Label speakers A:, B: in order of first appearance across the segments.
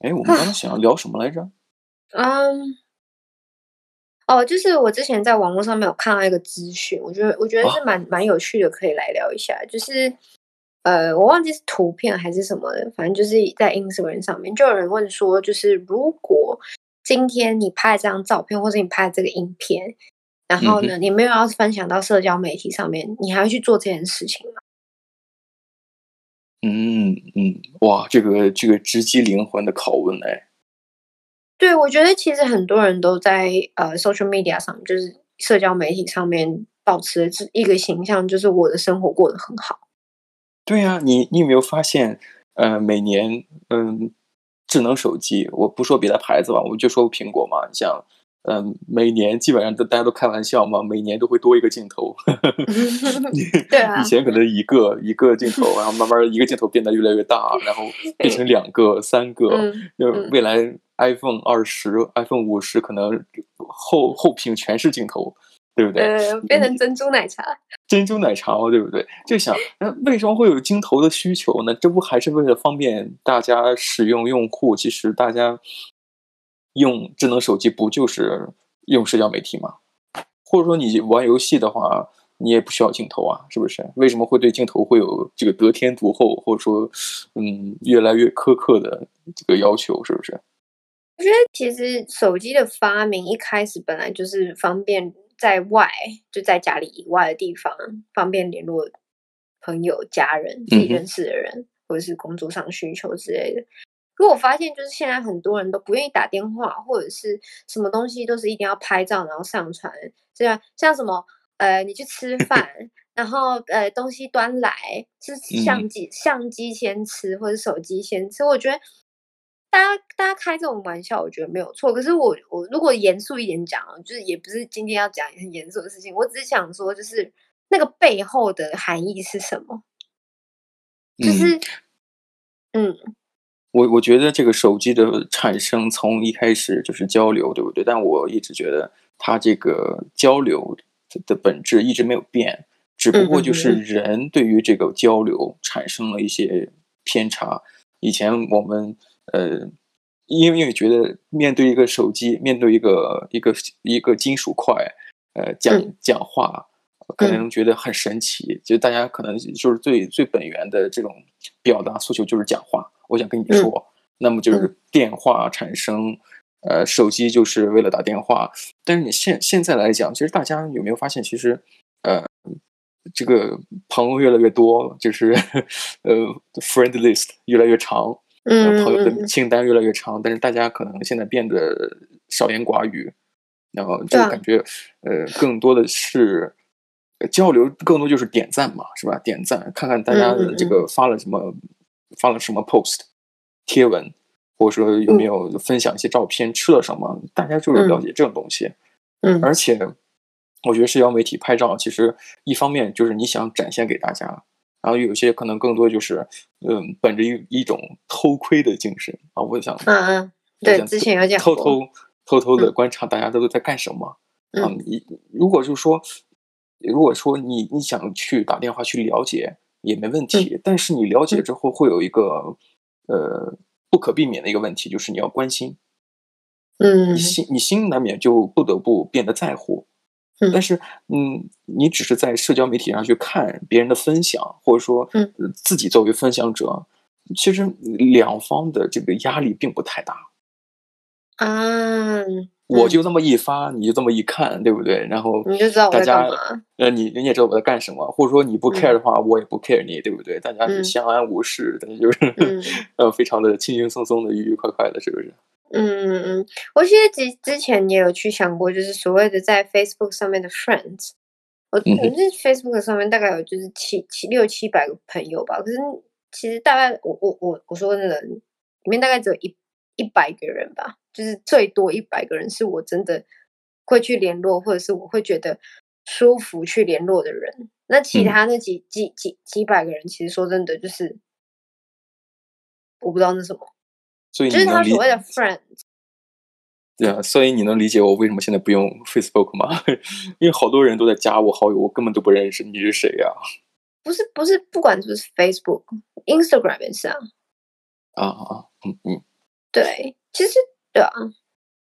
A: 哎，我们 刚才想要聊什么来着？
B: 嗯，哦，就是我之前在网络上面有看到一个资讯，我觉得我觉得是蛮、蛮有趣的，可以来聊一下。就是呃，我忘记是图片还是什么的，反正就是在 Instagram 上面就有人问说，就是如果今天你拍这张照片，或是你拍这个影片，然后呢，你没有要分享到社交媒体上面，你还会去做这件事情吗？
A: 嗯嗯，哇，这个这个直击灵魂的拷问哎，
B: 对，我觉得其实很多人都在呃 social media 上，就是社交媒体上面保持着一个形象，就是我的生活过得很好。
A: 对呀、你你有没有发现，呃，每年嗯、智能手机，我不说别的牌子吧，我们就说苹果嘛，你像。嗯，每年基本上都大家都开玩笑嘛，每年都会多一个镜头。
B: 对啊
A: 以，前可能一个一个镜 头，然后慢慢一个镜头变得越来越大，然后变成两个、三个，
B: 嗯，
A: 就
B: 嗯
A: 未来 iPhone 二十、iPhone 五十可能后后屏全是镜头，对不对？
B: 呃，变成珍珠奶茶。
A: 珍珠奶茶嘛，对不对？就想，那为什么会有镜头的需求呢？这不还是为了方便大家使用用户？其实大家用智能手机不就是用社交媒体吗？或者说你玩游戏的话，你也不需要镜头啊，是不是？为什么会对镜头会有这个得天独厚，或者说，嗯，越来越苛刻的这个要求，是不是？
B: 我觉得其实手机的发明一开始本来就是方便在外，就在家里以外的地方，方便联络朋友、家人、自己
A: 嗯哼
B: 认识的人，或者是工作上需求之类的。可我发现，就是现在很多人都不愿意打电话，或者是什么东西都是一定要拍照然后上传，这样啊像什么呃，你去
A: 嗯
B: 吃饭，然后呃东西端来是
A: 嗯
B: 相机、相机先吃或者手机先吃，我觉得大家大家开这种玩笑，我觉得没有错。可是我我如果严肃一点讲啊，就是也不是今天要讲很严肃的事情，我只是想说，就是那个背后的含义是什么？就
A: 嗯
B: 是
A: 我我觉得这个手机的产生从一开始就是交流，对不对？但我一直觉得它这个交流的本质一直没有变，只不过就是
B: 嗯
A: 人对于这个交流产生了一些偏差。以前我们呃，因为因为觉得面对一个手机，面对一个一个一个金属块，呃，讲
B: 嗯
A: 讲话，可
B: 嗯
A: 能觉得很神奇。就大家可能就是最最本源的这种表达诉求就是讲话，我想跟你
B: 嗯
A: 说。那么就是电话产生，呃，手机就是为了打电话。但是你现现在来讲，其实大家有没有发现，其实呃，这个朋友越来越多，就是 呃，friend list 越来越长，
B: 嗯，
A: 朋友
B: 嗯
A: 的清单越来越长，但是大家可能现在变得少言寡语，然后就
B: 对啊
A: 感觉、呃更多的是呃交流，更多就是点赞嘛，是吧？点赞，看看大家
B: 嗯嗯
A: 的这
B: 嗯
A: 个发了什么，发了什么 post 贴文，或者说
B: 嗯
A: 有没有分享一些照片，吃了什么，大家就是了解这种东西。
B: 嗯
A: 而且我觉得社交媒体拍照，其实一方面就是你想展现给大家，然后有些可能更多就是，嗯，本着一一种偷窥的精神啊，我想，
B: 嗯嗯，
A: 我
B: 对
A: 想
B: 之前有讲
A: 偷
B: 过
A: 偷偷偷的
B: 嗯
A: 观察大家都在干什么。
B: 嗯
A: 啊，你如果就是说，如果说你你想去打电话去了解也没
B: 嗯
A: 问题，但是你了解之后会有一个呃不可避免的一个问题，就是你要关心。
B: 嗯
A: 你心你心难免就不得不变得在乎。
B: 嗯
A: 但是，嗯，你只是在社交媒体上去看别人的分享，或者说，
B: 嗯
A: 呃自己作为分享者，其实两方的这个压力并不太大。
B: 啊，
A: 我
B: 嗯
A: 就这么一发，你就这么一看，对不对？然后，
B: 你就知道我
A: 大
B: 在
A: 家
B: 干嘛，
A: 呃，你你也知道我在干什么，或者说你不
B: 嗯
A: care 的话，我也不 care 你，对不对？大家是
B: 嗯
A: 相安无事，大家就是、
B: 嗯
A: 呃，非常的轻轻松松的、愉愉快快的，是不是？
B: 嗯嗯，我其实之之前也有去想过，就是所谓的在 Facebook 上面的 friends，我
A: 嗯
B: 我
A: 哼
B: 是 Facebook 上面大概有就是七七六七百个朋友吧，可是其实大概我我我我说那个里面大概只有一一百个人吧，就是最多一百个人是我真的会去联络，或者是我会觉得舒服去联络的人。那其
A: 嗯
B: 他那几几几几百个人，其实说真的就是我不知道那什么，
A: 所以
B: 就
A: 你
B: 是
A: 能
B: 他
A: 理
B: 所谓的 friend。
A: 对啊，所以你能理解我为什么现在不用 Facebook 吗？ 因为好多人都在加我好友，我根本都不认识你是谁呀、
B: 不是不是，不管是不是 Facebook、Instagram 也是啊，
A: 啊？啊啊，嗯嗯，
B: 对，其实对啊，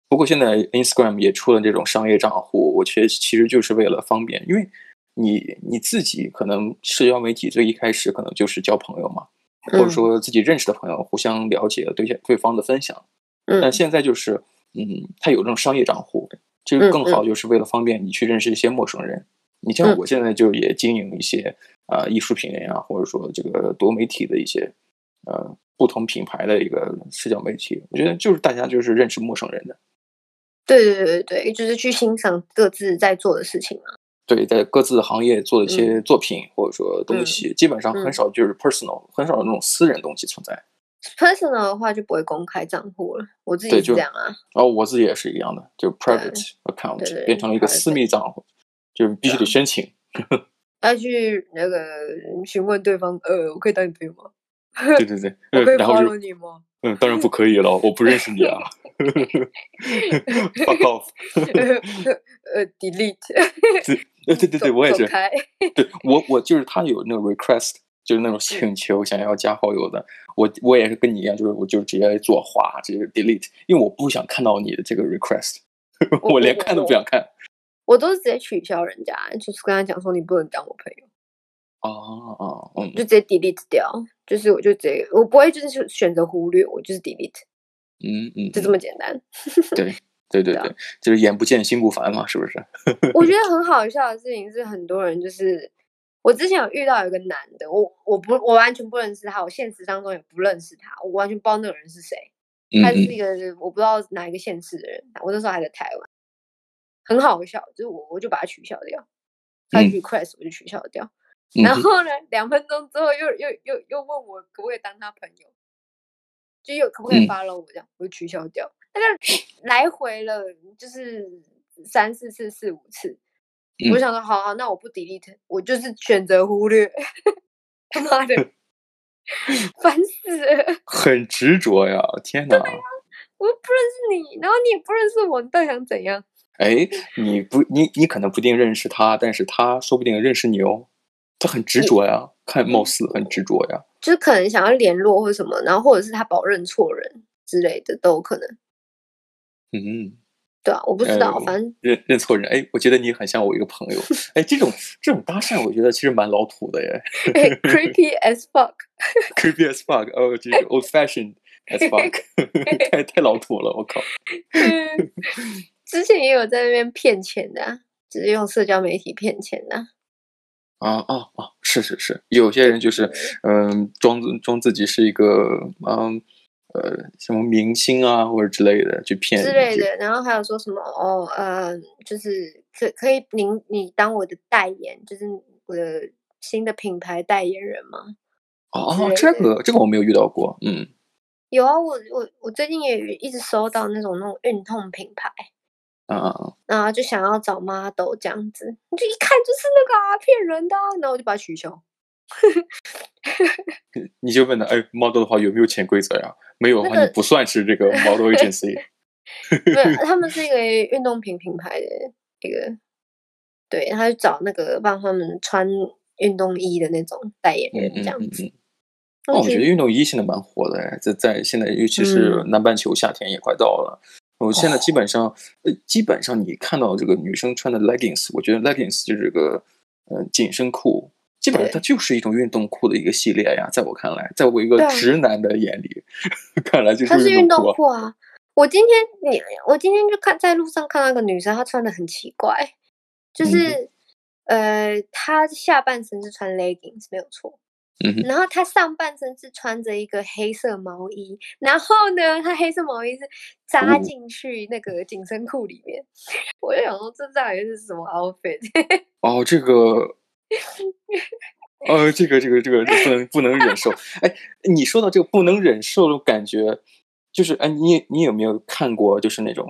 A: 不过现在 Instagram 也出了这种商业账户，我觉得其实就是为了方便，因为你你自己可能社交媒体最一开始可能就是交朋友嘛，或
B: 嗯
A: 者说自己认识的朋友互相了解对对方的分享，
B: 嗯，
A: 但现在就是嗯，它有这种商业账户，这
B: 嗯
A: 个更好，就是为了方便你去认识一些陌生人。你
B: 嗯
A: 像我现在就也经营一些啊、呃艺术品呀、或者说这个多媒体的一些呃不同品牌的一个社交媒体，我觉得就是大家就是认识陌生人的。
B: 对对对对对，就是去欣赏各自在做的事情嘛。
A: 对，在各自的行业做的一些作品、或者说东西，基本上
B: 嗯
A: 很少就是 personal，、很少有那种私人东西存在。
B: personal 的话就不会公开账户了，我自己
A: 对
B: 是
A: 就
B: 这样啊。
A: 然后我自己也是一样的，就 private account
B: 对对
A: 变成了一个私密账户，就是必须得申请。
B: 要去那个询问对方，呃，我可以当你朋友吗？
A: 对对对，
B: 我可以
A: 然后就
B: follow 你吗？
A: 嗯，当然不可以了，我不认识你啊，fuck off。
B: 呃，delete，
A: 对呃对对对，我也
B: 走
A: 是
B: 走，开，
A: 对我我就是他有那种 request，就是那种请求想要加好友的，我我也是跟你一样，就是我就直接做滑，直接 delete，因为我不想看到你的这个 request，
B: 我
A: 我连看都不想看。
B: 我都是直接取消人家，就是跟他讲说你不能当我朋友，
A: 哦哦，嗯
B: 就直接 delete 掉，就是我就直接我不会就是选择忽略，我就是 delete，
A: 嗯嗯，
B: 就这么简 单。
A: 对对
B: 对啊
A: 对，就是眼不见心不烦嘛，是不是？
B: 我觉得很好笑的事情是，很多人就是我之前有遇到有个男的，我我不我完全不认识他，我现实当中也不认识他，我完全不知道那个人是谁，
A: 嗯
B: 他是
A: 嗯
B: 一个我不知道哪一个县市的人，我那时候还在台湾，很好笑，就是我我就把他取消掉，他
A: 嗯
B: request 我就取消掉，
A: 嗯
B: 然
A: 哼
B: 后呢，两分钟之后又又又又问我可不可以当他朋友，就又可不可以
A: 嗯
B: follow 我这样，我就取消掉，那就 来回了就是三四次四五次，我
A: 嗯
B: 就想说好好，那我不 delete，我就是选择忽略， 他妈 的，烦死了。
A: 很执着呀，天哪！
B: 我不认识你，然后你也不认识我，你到底想怎样？
A: 哎，你不，你你可能不一定认识他，但是他说不定认识你哦。他很执着呀，看貌似很执着呀。
B: 就是可能想要联络或什么，然后或者是他把我认错人之类的都有可能，
A: 嗯，
B: 对啊，我不知
A: 呃
B: 道，
A: 我
B: 反正
A: 认认错人，哎，我觉得你很像我一个朋 友，哎，这种这种搭讪，我觉得其实蛮老土的耶
B: 哎 creepy as fuck。
A: ，creepy as fuck，哦，这是 old fashioned as fuck，太太老土了，我靠，
B: 嗯之前也有在那边骗钱的啊、就是用社交媒体骗钱的啊、
A: 啊啊啊，是是是，有些人就是嗯、装自装自己是一个嗯呃什么明星啊或者之类的去骗
B: 之类
A: 这个，
B: 的，然后还有说什么哦，呃，就是可可以您你当我的代言，就是我的新的品牌代言人吗？
A: 哦，
B: 之
A: 这
B: 类的
A: 个这个我没有遇到过，嗯，
B: 有啊，我我我最近也一直收到那种那种运动品牌，
A: 啊啊啊
B: 然后就想要找 model 这样子，你就一看就是那个啊骗人的啊、然后我就把它取消。
A: 你就问他，哎，model 的话有没有潜规则呀、没有的话，
B: 那个
A: 你不算是这 个 model agency。
B: 没 有，他们是一个运动品品牌的一个，对，他就找那个帮他们穿运动衣的那种代言
A: 嗯
B: 人这
A: 嗯
B: 样
A: 嗯
B: 子。
A: 嗯。那我觉得运动衣现在蛮火的哎，在在现在，尤其是
B: 嗯
A: 南半球夏天也快到了。我现
B: 哦
A: 在基本上，呃，基本上你看到这个女生穿的 leggings，我觉得 leggings 就是这个呃紧身裤，基本上它就是一种运动裤的一个系列呀。在我看来，在我一个
B: 对啊
A: 直男的眼里， 看来就
B: 它是运
A: 动
B: 动
A: 裤啊。
B: 裤啊！我今天你我今天就看在路上看到一个女生，她穿的很奇怪，就
A: 嗯哼
B: 是、呃，她下半身是穿 leggings 没有错，
A: 嗯哼
B: 然后她上半身是穿着一个黑色毛衣，然后呢，她黑色毛衣是扎
A: 哦
B: 进去那个紧身裤里面， 我就想说这到底是什么 outfit？
A: 哦，这个， 呃，这个这个这个不能不能忍受。哎，你说到这个不能忍受的感觉，就是哎，你你有没有看过就是那种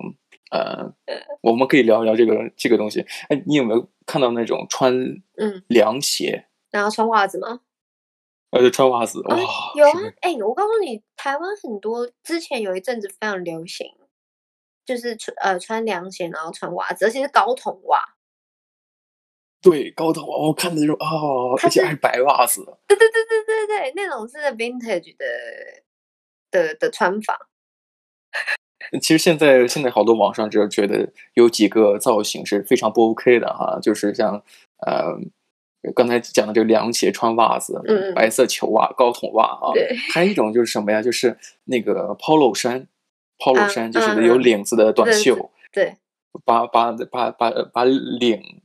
A: 呃，我们可以聊一聊这个这个东西。哎，你有没有看到那种穿
B: 嗯
A: 凉鞋，
B: 然后穿袜子吗？
A: 而且穿袜子？哇
B: 啊，有啊
A: 是不是，
B: 哎、我告诉你，台湾很多之前有一阵子非常流行，就是穿呃穿凉鞋，然后穿袜子，而且是高筒袜。
A: 对，高筒袜，我看的这种哦，
B: 它
A: 而且
B: 是
A: 还是白袜子。
B: 对对对对对对，那种是 vintage 的的的穿法。
A: 其实现在现在好多网上只觉得有几个造型是非常不 OK 的哈，就是像呃刚才讲的这个凉鞋穿袜子，
B: 嗯
A: 白色球袜、高筒袜啊，
B: 对，
A: 还有一种就是什么呀？就是那个 polo 衫，polo
B: 啊
A: 衫就
B: 嗯
A: 是有领子的短
B: 对
A: 袖，
B: 对，
A: 把把把把把领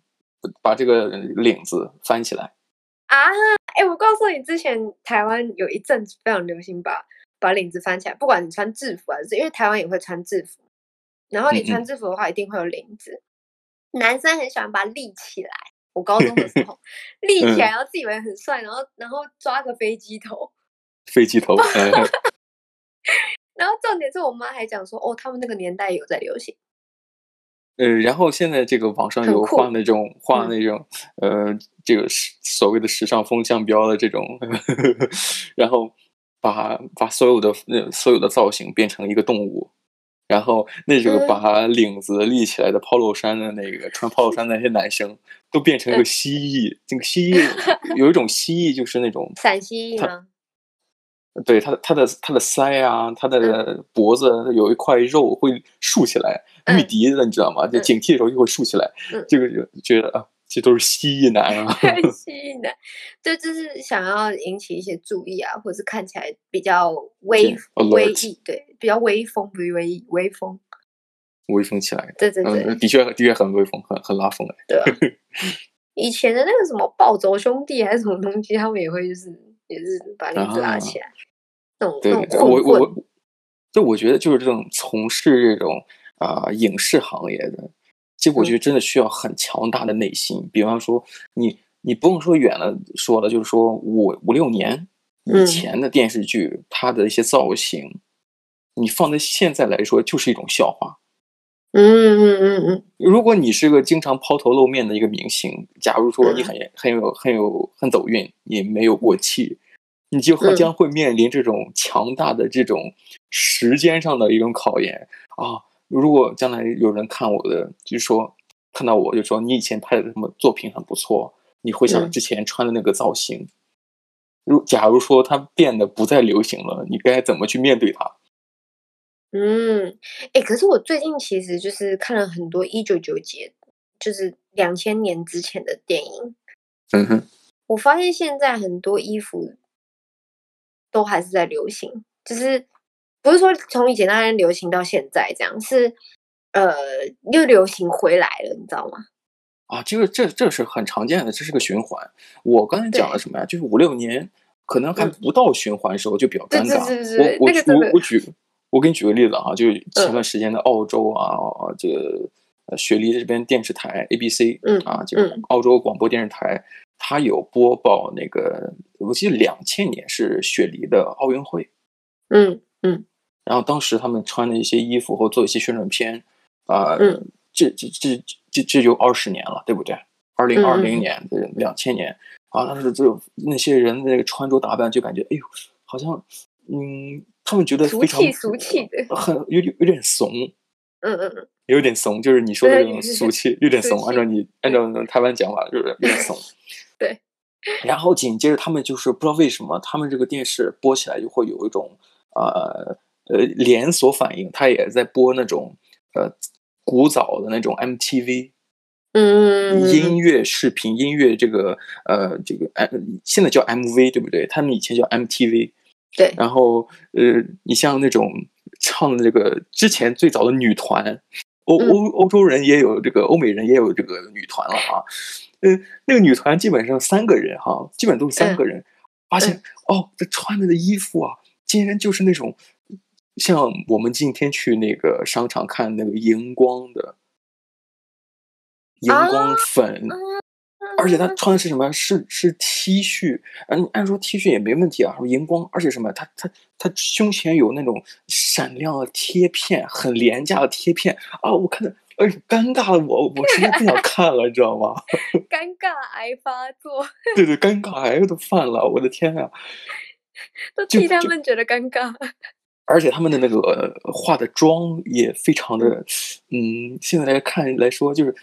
A: 把这个领子翻起来，
B: 啊，哎、我告诉你，之前台湾有一阵子非常流行把把领子翻起来，不管你穿制服啊还是因为台湾也会穿制服，然后你
A: 嗯
B: 穿
A: 嗯
B: 制服的话一定会有领子。男生很喜欢把它立起来，我高中的 时候立起
A: 嗯
B: 来，然后自以为很帅，然后然后抓个飞机头，
A: 飞机 头，哎
B: 然后重点是我妈还讲说，哦，他们那个年代有在流行，
A: 呃，然后现在这个网上
B: 很
A: 有
B: 酷
A: 画那种画
B: 嗯
A: 那种、呃，这个时所谓的时尚风向标的这种， 然后把把所有的呃所有的造型变成一个动物，然后那
B: 嗯
A: 个把领子立起来的 polo 衫的那个穿 polo 衫的那些男生都变成一
B: 嗯
A: 个蜥蜴，这个蜥蜴有一种蜥蜴就是那种
B: 陕西
A: 他
B: 吗？
A: 对它的它的它的腮啊，它的脖子有一块肉会竖起来，
B: 嗯
A: 御敌的你知道吗？就
B: 嗯
A: 警惕的时候就会竖起来，
B: 嗯
A: 这个就觉得啊，这都是蜥蜴男啊。
B: 太吸引了，对，就是想要引起一些注意啊，或是看起来比较威
A: 对
B: 威
A: alert
B: 仪，对，比较威风，不是威仪，威风，
A: 威风起来，
B: 对对对、
A: 嗯，的确的确很威风，很很拉风哎。
B: 对、啊。 以前的那个什么暴走兄弟还是什么东西，他们也会就是也是把领子拉
A: 啊
B: 起来，那种
A: 对
B: 那
A: 对
B: 种
A: 对，我
B: 混
A: 我
B: 混，
A: 我，就我觉得就是这种从事这种啊、影视行业的，其实我
B: 嗯
A: 觉得真的需要很强大的内心。比方说你你不用说远了说了，就是说五五六年以
B: 嗯
A: 前的电视剧，它的一些造型，你放在现在来说就是一种笑话。
B: 嗯嗯嗯嗯，
A: 如果你是个经常抛头露面的一个明星，假如说
B: 嗯
A: 你很很有很有很走运，你没有过气，你就会
B: 嗯
A: 将会面临这种强大的这种时间上的一种考验啊！如果将来有人看我的，就说看到我就说你以前拍的什么作品很不错，你回想
B: 嗯
A: 之前穿的那个造型，如假如说它变得不再流行了，你该怎么去面对它？
B: 嗯，哎、可是我最近其实就是看了很多一九九几，就是两千年之前的电影，
A: 嗯哼，
B: 我发现现在很多衣服都还是在流行，就是不是说从以前那边流行到现在这样，是呃又流行回来了，你知道吗？
A: 啊，这个这这是很常见的，这是个循环。我刚才讲了
B: 对
A: 什么呀？就是五六年，可能还
B: 嗯
A: 不到循环时候就比较
B: 对
A: 尴
B: 对
A: 尬。
B: 对对
A: 我我
B: 那个
A: 举
B: 真
A: 我
B: 的
A: 我举我给你举个例子啊，就是前
B: 嗯
A: 段时间的澳洲啊，啊这个呃雪梨这边电视台 ABC，
B: 嗯
A: 啊，这个
B: 嗯
A: 澳洲广播电视台，它有播报那个，我记得两千年是雪梨的奥运会，
B: 嗯
A: 然后当时他们穿的一些衣服或做一些宣传片，啊、
B: 嗯
A: 这这这这这就二十年了，对不对？二零二
B: 嗯
A: 零年，两千年，啊，当时就那些人的那个穿着打扮，就感觉哎呦，好像嗯，他们觉得
B: 俗
A: 非常
B: 气俗气的
A: 很有点有点怂，
B: 嗯嗯嗯，
A: 有点怂，就是你说的
B: 对
A: 这种
B: 有点
A: 俗气，有点
B: 俗
A: 怂。
B: 气。
A: 按照你按照台湾讲法，就是有点怂
B: 对。
A: 然后紧接着他们就是不知道为什么，他们这个电视播起来就会有一种呃呃连锁反应，他也在播那种呃古早的那种 MTV
B: 嗯
A: 音乐视频、音乐这个呃这个呃现在叫 MV 对不对？他们以前叫 MTV。
B: 对，
A: 然后呃，你像那种唱这个之前最早的女团，欧
B: 嗯
A: 欧欧洲人也有这个，欧美人也有这个女团了哈。嗯、那个女团基本上三个人哈，基本都是三
B: 嗯
A: 个人，发现、哦，这穿的的衣服啊，竟然就是那种像我们今天去那个商场看那个荧光的。荧光粉，而且他穿的是什么？是是 T 恤，嗯，按说 T 恤也没问题啊，荧光，而且什么？他他他胸前有那种闪亮的贴片，很廉价的贴片啊！我看着，哎，尴尬的我，我实在不想看了，你知道吗？
B: 尴尬癌发作，
A: 对对，尴尬癌都犯了，我的天啊！
B: 都
A: 就
B: 替他
A: 就
B: 们觉得尴尬。
A: 而且他们的那个呃化的妆也非常的，嗯，现在来看来说，就是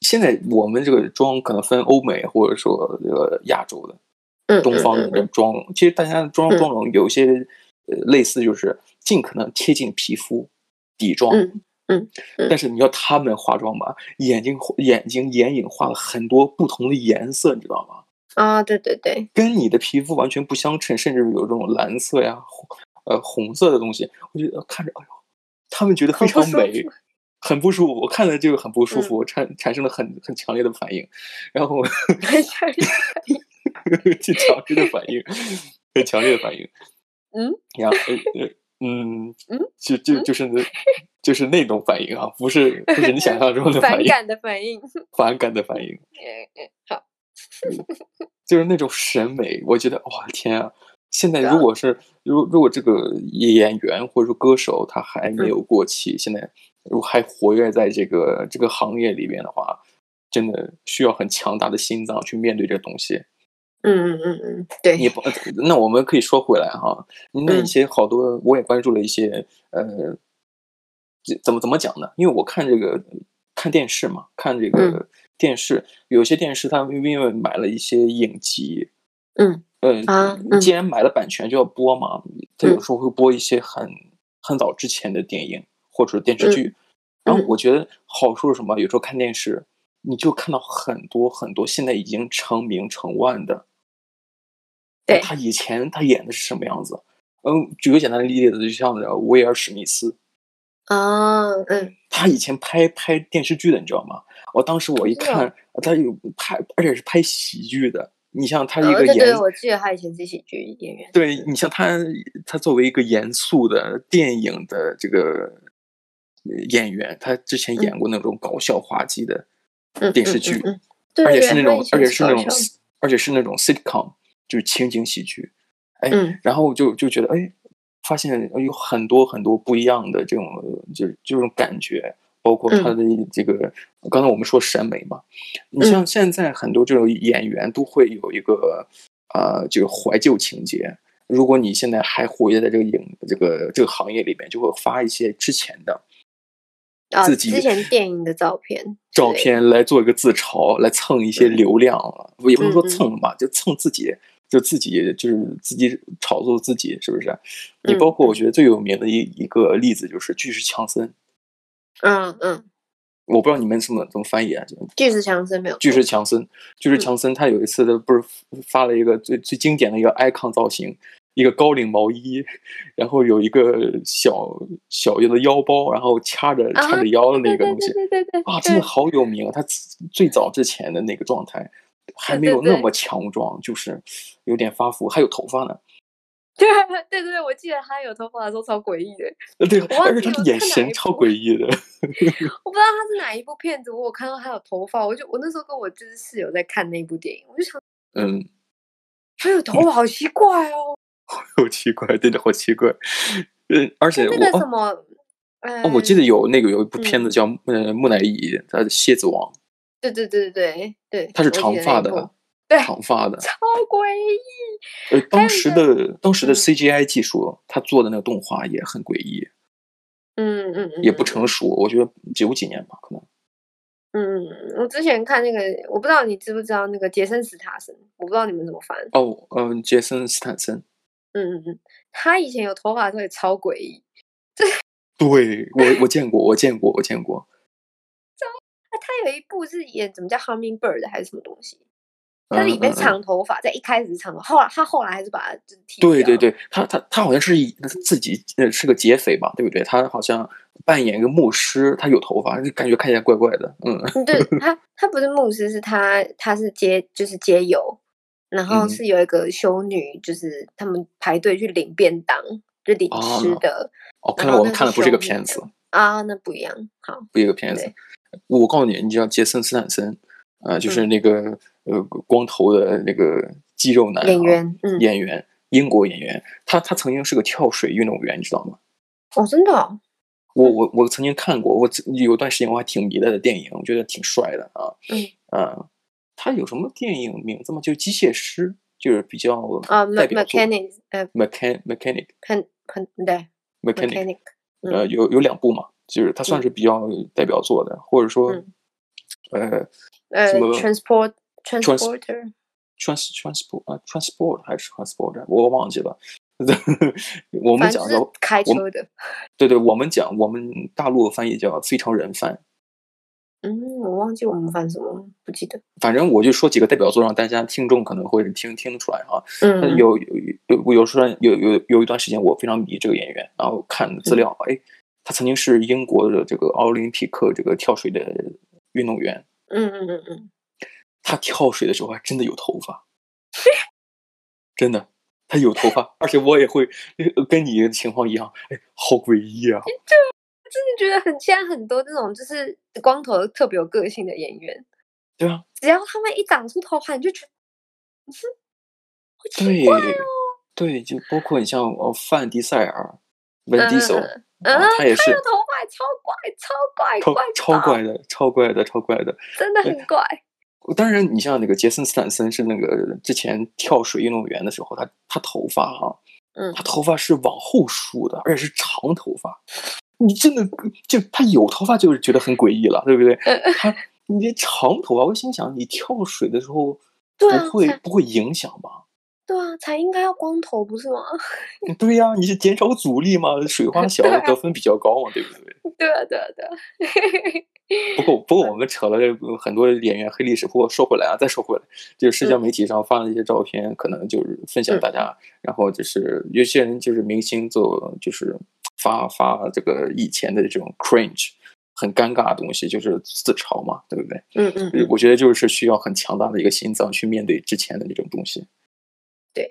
A: 现在我们这个妆可能分欧美或者说这个亚洲的，
B: 嗯，
A: 东方的
B: 嗯嗯
A: 人妆容，其实大家的妆
B: 嗯
A: 妆容有一些呃类似，就是尽可能贴近皮肤，底妆。
B: 嗯嗯嗯
A: 但是你要他们化妆吧，眼睛眼睛眼影画了很多不同的颜色，你知道吗？
B: 啊，对对 对，
A: 跟你的皮肤完全不相称，甚至有这种蓝色呀、红呃红色的东西，我觉得看着，哎呦，他们觉得非常
B: 很不舒嗯
A: 美，很不舒服。我看了就很不舒服，产产生了很很强烈的反应，然后 就强烈的反应，很强烈的反应。
B: 嗯，
A: 呀，呃呃嗯
B: 嗯，
A: 就就就是那就是那种反应啊，不是不是你想象中的反
B: 反
A: 应，
B: 感的反应。
A: 反感的反应。嗯就是那种审美，我觉得哇天啊！现在
B: 对啊
A: 如果是如如果这个演员或者说歌手他还没有过气，现在如果还活跃在这个这个行业里边的话，真的需要很强大的心脏去面对这东西。
B: 嗯嗯嗯嗯，对，
A: 你不，那我们可以说回来哈，那一
B: 嗯
A: 些好多我也关注了一些呃，这怎么怎么讲呢？因为我看这个看电视嘛，看这个
B: 嗯
A: 电视，有些电视他们因为买了一些影集，
B: 嗯
A: 呃
B: 啊嗯
A: 既然买了版权就要播嘛，他有
B: 嗯
A: 时候会播一些很很早之前的电影或者电视
B: 嗯
A: 剧。然后
B: 嗯
A: 我觉得好处是什么？有时候看电视，你就看到很多很多现在已经成名成万的，
B: 对
A: 他以前他演的是什么样子？嗯，举个简单的例子，就像那个威尔史密斯，
B: 啊嗯
A: 他以前拍拍电视剧的，你知道吗？我当时我一
B: 知道
A: 看，他有拍，而且是拍喜剧的。你像他
B: 呃，
A: 一个
B: 对
A: 演，
B: 对，我记得他以前是喜剧演员。
A: 对你像他，他作为一个严肃的电影的这个呃演员，他之前演过那种搞笑滑稽的
B: 嗯
A: 电视
B: 嗯
A: 剧
B: 嗯嗯对
A: 而且
B: 对
A: 是那
B: 他以
A: 种，
B: 前
A: 而且是那
B: 搞
A: 种
B: 笑，
A: 而且是那种 sitcom，就是情景喜剧。哎
B: 嗯
A: 然后就就觉得哎，发现有很多很多不一样的这种就是这种感觉，包括他的这个、刚才我们说审美嘛，你像现在很多这种演员都会有一个呃这个怀旧情节。如果你现在还活跃在这个影这个这个行业里边，就会发一些之前的
B: 啊，
A: 自己
B: 之前电影的照片，
A: 照
B: 对
A: 片来做一个自嘲，来蹭一些
B: 嗯
A: 流量了，也不能说
B: 嗯嗯
A: 蹭吧，就蹭自己，就自己就是自己炒作自己，是不是？你
B: 嗯
A: 包括我
B: 嗯
A: 觉得最有名的一一个例子就是巨石强森，
B: 嗯嗯，
A: 我不知道你们怎么怎么翻译啊，
B: 巨石强森没有
A: 巨
B: 错
A: 石强森，巨
B: 嗯
A: 石强森他有一次他不是发了一个最最经典的一个 icon 造型，一个高领毛衣，然后有一个小小的腰包，然后掐着
B: 啊
A: 叉着腰的那
B: 对
A: 个
B: 对
A: 东西，
B: 对对对对
A: 啊，真的
B: 对
A: 好有名啊！他自最早之前的那个状态还
B: 对
A: 没
B: 对
A: 有那
B: 对
A: 么强壮，就是有点发福，还有头发呢。
B: 对对对对，我记得他有头发的时候超诡异的，
A: 呃，对，
B: 忘
A: 而且
B: 记
A: 他的
B: 我
A: 眼
B: 看哪
A: 神
B: 一
A: 超
B: 部
A: 诡异的。
B: 我不知道他是哪一部片子，我有看到他有头发，我就我那时候跟我就是室友在看那部电影，我就想
A: 嗯，
B: 他有头发好奇怪哦，
A: 好奇怪，真的好奇怪。嗯，而且
B: 那
A: 我
B: 个什
A: 哦
B: 么，
A: 哦，我记
B: 呃
A: 得有那个有一部片子
B: 嗯
A: 叫《呃木乃伊》，他的《蝎子王》，
B: 对对对对对，
A: 他是
B: 我记
A: 长
B: 得那
A: 发
B: 一部
A: 的，啊
B: 对，
A: 长发的。
B: 超诡异，
A: 呃，
B: 还
A: 当
B: 有一
A: 时
B: 个
A: 的当时的
B: 嗯
A: CGI 技术，他做的那个动画也很诡异，
B: 嗯嗯嗯，
A: 也不
B: 嗯
A: 成熟。我觉得九几年吧，可能。
B: 嗯，我之前看那个，我不知道你知不知道那个杰森·斯塔森，我不知道你们怎么翻。
A: 哦，嗯，杰森斯坦森。
B: 嗯嗯嗯，他以前有头发的时候也超诡异，
A: 对我，我见过，我见过，我见过。
B: 啊，他有一部是演怎么叫《Hummingbird》还是什么东西，他
A: 嗯
B: 里面
A: 嗯嗯
B: 长头发，在一开始是长头发，后来他后来还是把它就是剃
A: 对
B: 掉
A: 对
B: 了，
A: 对，他他他好像是以自己呃是个劫匪吧，对不对？他好像扮演一个牧师，他有头发，就感觉看起来怪怪的。嗯，
B: 嗯对他他不是牧师，是他他是街就是街友，然后
A: 嗯
B: 是有一个修女，就是他们排队去领便当，就领
A: 哦
B: 吃的
A: 哦，看来
B: 然后
A: 我们
B: 那
A: 看
B: 是
A: 的不是一个
B: 修女
A: 片
B: 的
A: 子，
B: 啊，那不一样，好，
A: 不是一个片子
B: 对。
A: 我告诉你，你知道杰森斯坦森，呃，就是
B: 嗯
A: 那个呃光头的那个肌肉男
B: 演
A: 啊
B: 员，嗯，
A: 演员，英国演员，他他曾经是个跳水运动员，你知道吗？
B: 哦，真的哦，
A: 我我我曾经看过，我曾有段时间我还挺迷他的电影，我觉得挺帅的啊。
B: 嗯
A: 啊，他有什么电影名字吗？就《机械师》，就是比较
B: 啊
A: 代
B: ，me-
A: 表作。
B: ，mechanic，呃
A: mechan mechanic
B: 很很对
A: mechanic
B: ，mechanic，嗯
A: 呃有有两部嘛，就是他算是比较代表作的，或者说
B: 嗯
A: 呃
B: 呃
A: 什么
B: ，transport
A: trans
B: transporter，
A: trans transport 啊 transport 还是 transport，我忘记了。 我们讲叫
B: 反正就是开
A: 我们
B: 车的。
A: 对对，我们讲我们大陆翻译叫非常人贩。
B: 嗯，我忘记我们翻什么了，不记得。
A: 反正我就说几个代表作，让大家听众可能会听听出来啊。那
B: 嗯，
A: 有有有有时候有有有一段时间，我非常迷这个演员，然后看
B: 嗯
A: 资料，哎，他曾经是英国的这个奥林匹克这个跳水的运动员，
B: 嗯嗯嗯嗯，
A: 他跳水的时候还真的有头 发，真的，他有头发，而且我也会呃跟你的情况一样，哎，好诡异啊！
B: 真的觉得很现在很多这种就是光头特别有个性的演员，
A: 对啊，
B: 只要他们一长出头发，你就觉得，嗯，好奇
A: 对
B: 怪，哦
A: 对，就包括你像呃范迪塞尔、文迪手，
B: 嗯
A: 啊
B: 嗯，
A: 他也
B: 他
A: 是
B: 的头发超怪，超 怪，
A: 超
B: 怪
A: 超哎
B: 爆，
A: 怪的，超怪的，超怪的。
B: 真的
A: 对
B: 很怪。
A: 当然，你像那个杰森斯坦森是那个之前跳水运动员的时候，他他头发哈、
B: 嗯
A: 他头发是往后梳的，而且是长头发。你真的就他有头发就是觉得很诡异了，对不对？
B: 呃
A: 他你这长头发，我心想你跳水的时候不
B: 对啊
A: 会、
B: 才
A: 不会影响吧？
B: 对啊，才应该要光头不是吗？
A: 对呀、你是减少阻力嘛，水花小
B: 对啊
A: 得分比较高嘛，对不对？
B: 对啊，对啊，对啊。
A: 不过不过我们扯了呃很多演员黑历史，不过说回来啊，再说回来，就是
B: 嗯
A: 社交媒体上发的一些照片，可能就是分享大家，然后就是有些人就是明星做就是发发这个以前的这种 cringe，很尴尬的东西，就是自嘲嘛，对不对？
B: 嗯嗯，嗯
A: 我觉得就是需要很强大的一个心脏去面对之前的那种东西。
B: 对。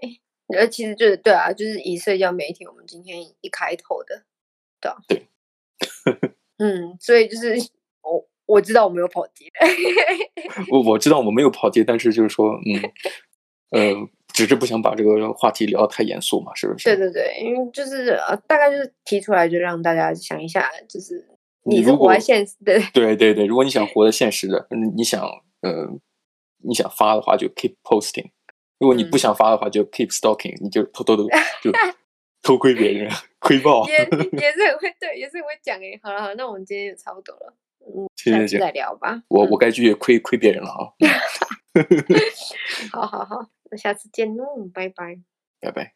B: 呃，其实就是对啊，就是以社交媒体，我们今天一开头的，对啊，
A: 对，
B: 嗯，所以就是我我知道我没有跑题，嗯
A: 我我知道我没有跑题，但是就是说， 嗯，呃，只是不想把这个话题聊得太严肃嘛，是不是？
B: 对对对，因为就是呃，大概就是提出来，就让大家想一下，就是
A: 你
B: 你是
A: 如
B: 活
A: 果
B: 在现实 的，
A: 对对对，如果你想活得现实的，嗯你想呃，你想发的话就 keep posting；如果你不
B: 嗯
A: 想发的话，就 keep stalking，你就偷偷 的就偷窥别人， 窥豹。
B: 也也是很会对，也是很会讲诶。好了好了，那我们今天也差不多了，嗯，
A: 行
B: 下
A: 行
B: 次
A: 行
B: 再聊吧。
A: 我
B: 嗯
A: 我该去窥窥别人了啊！
B: 好好好，那下次见喽，拜拜。
A: 拜拜。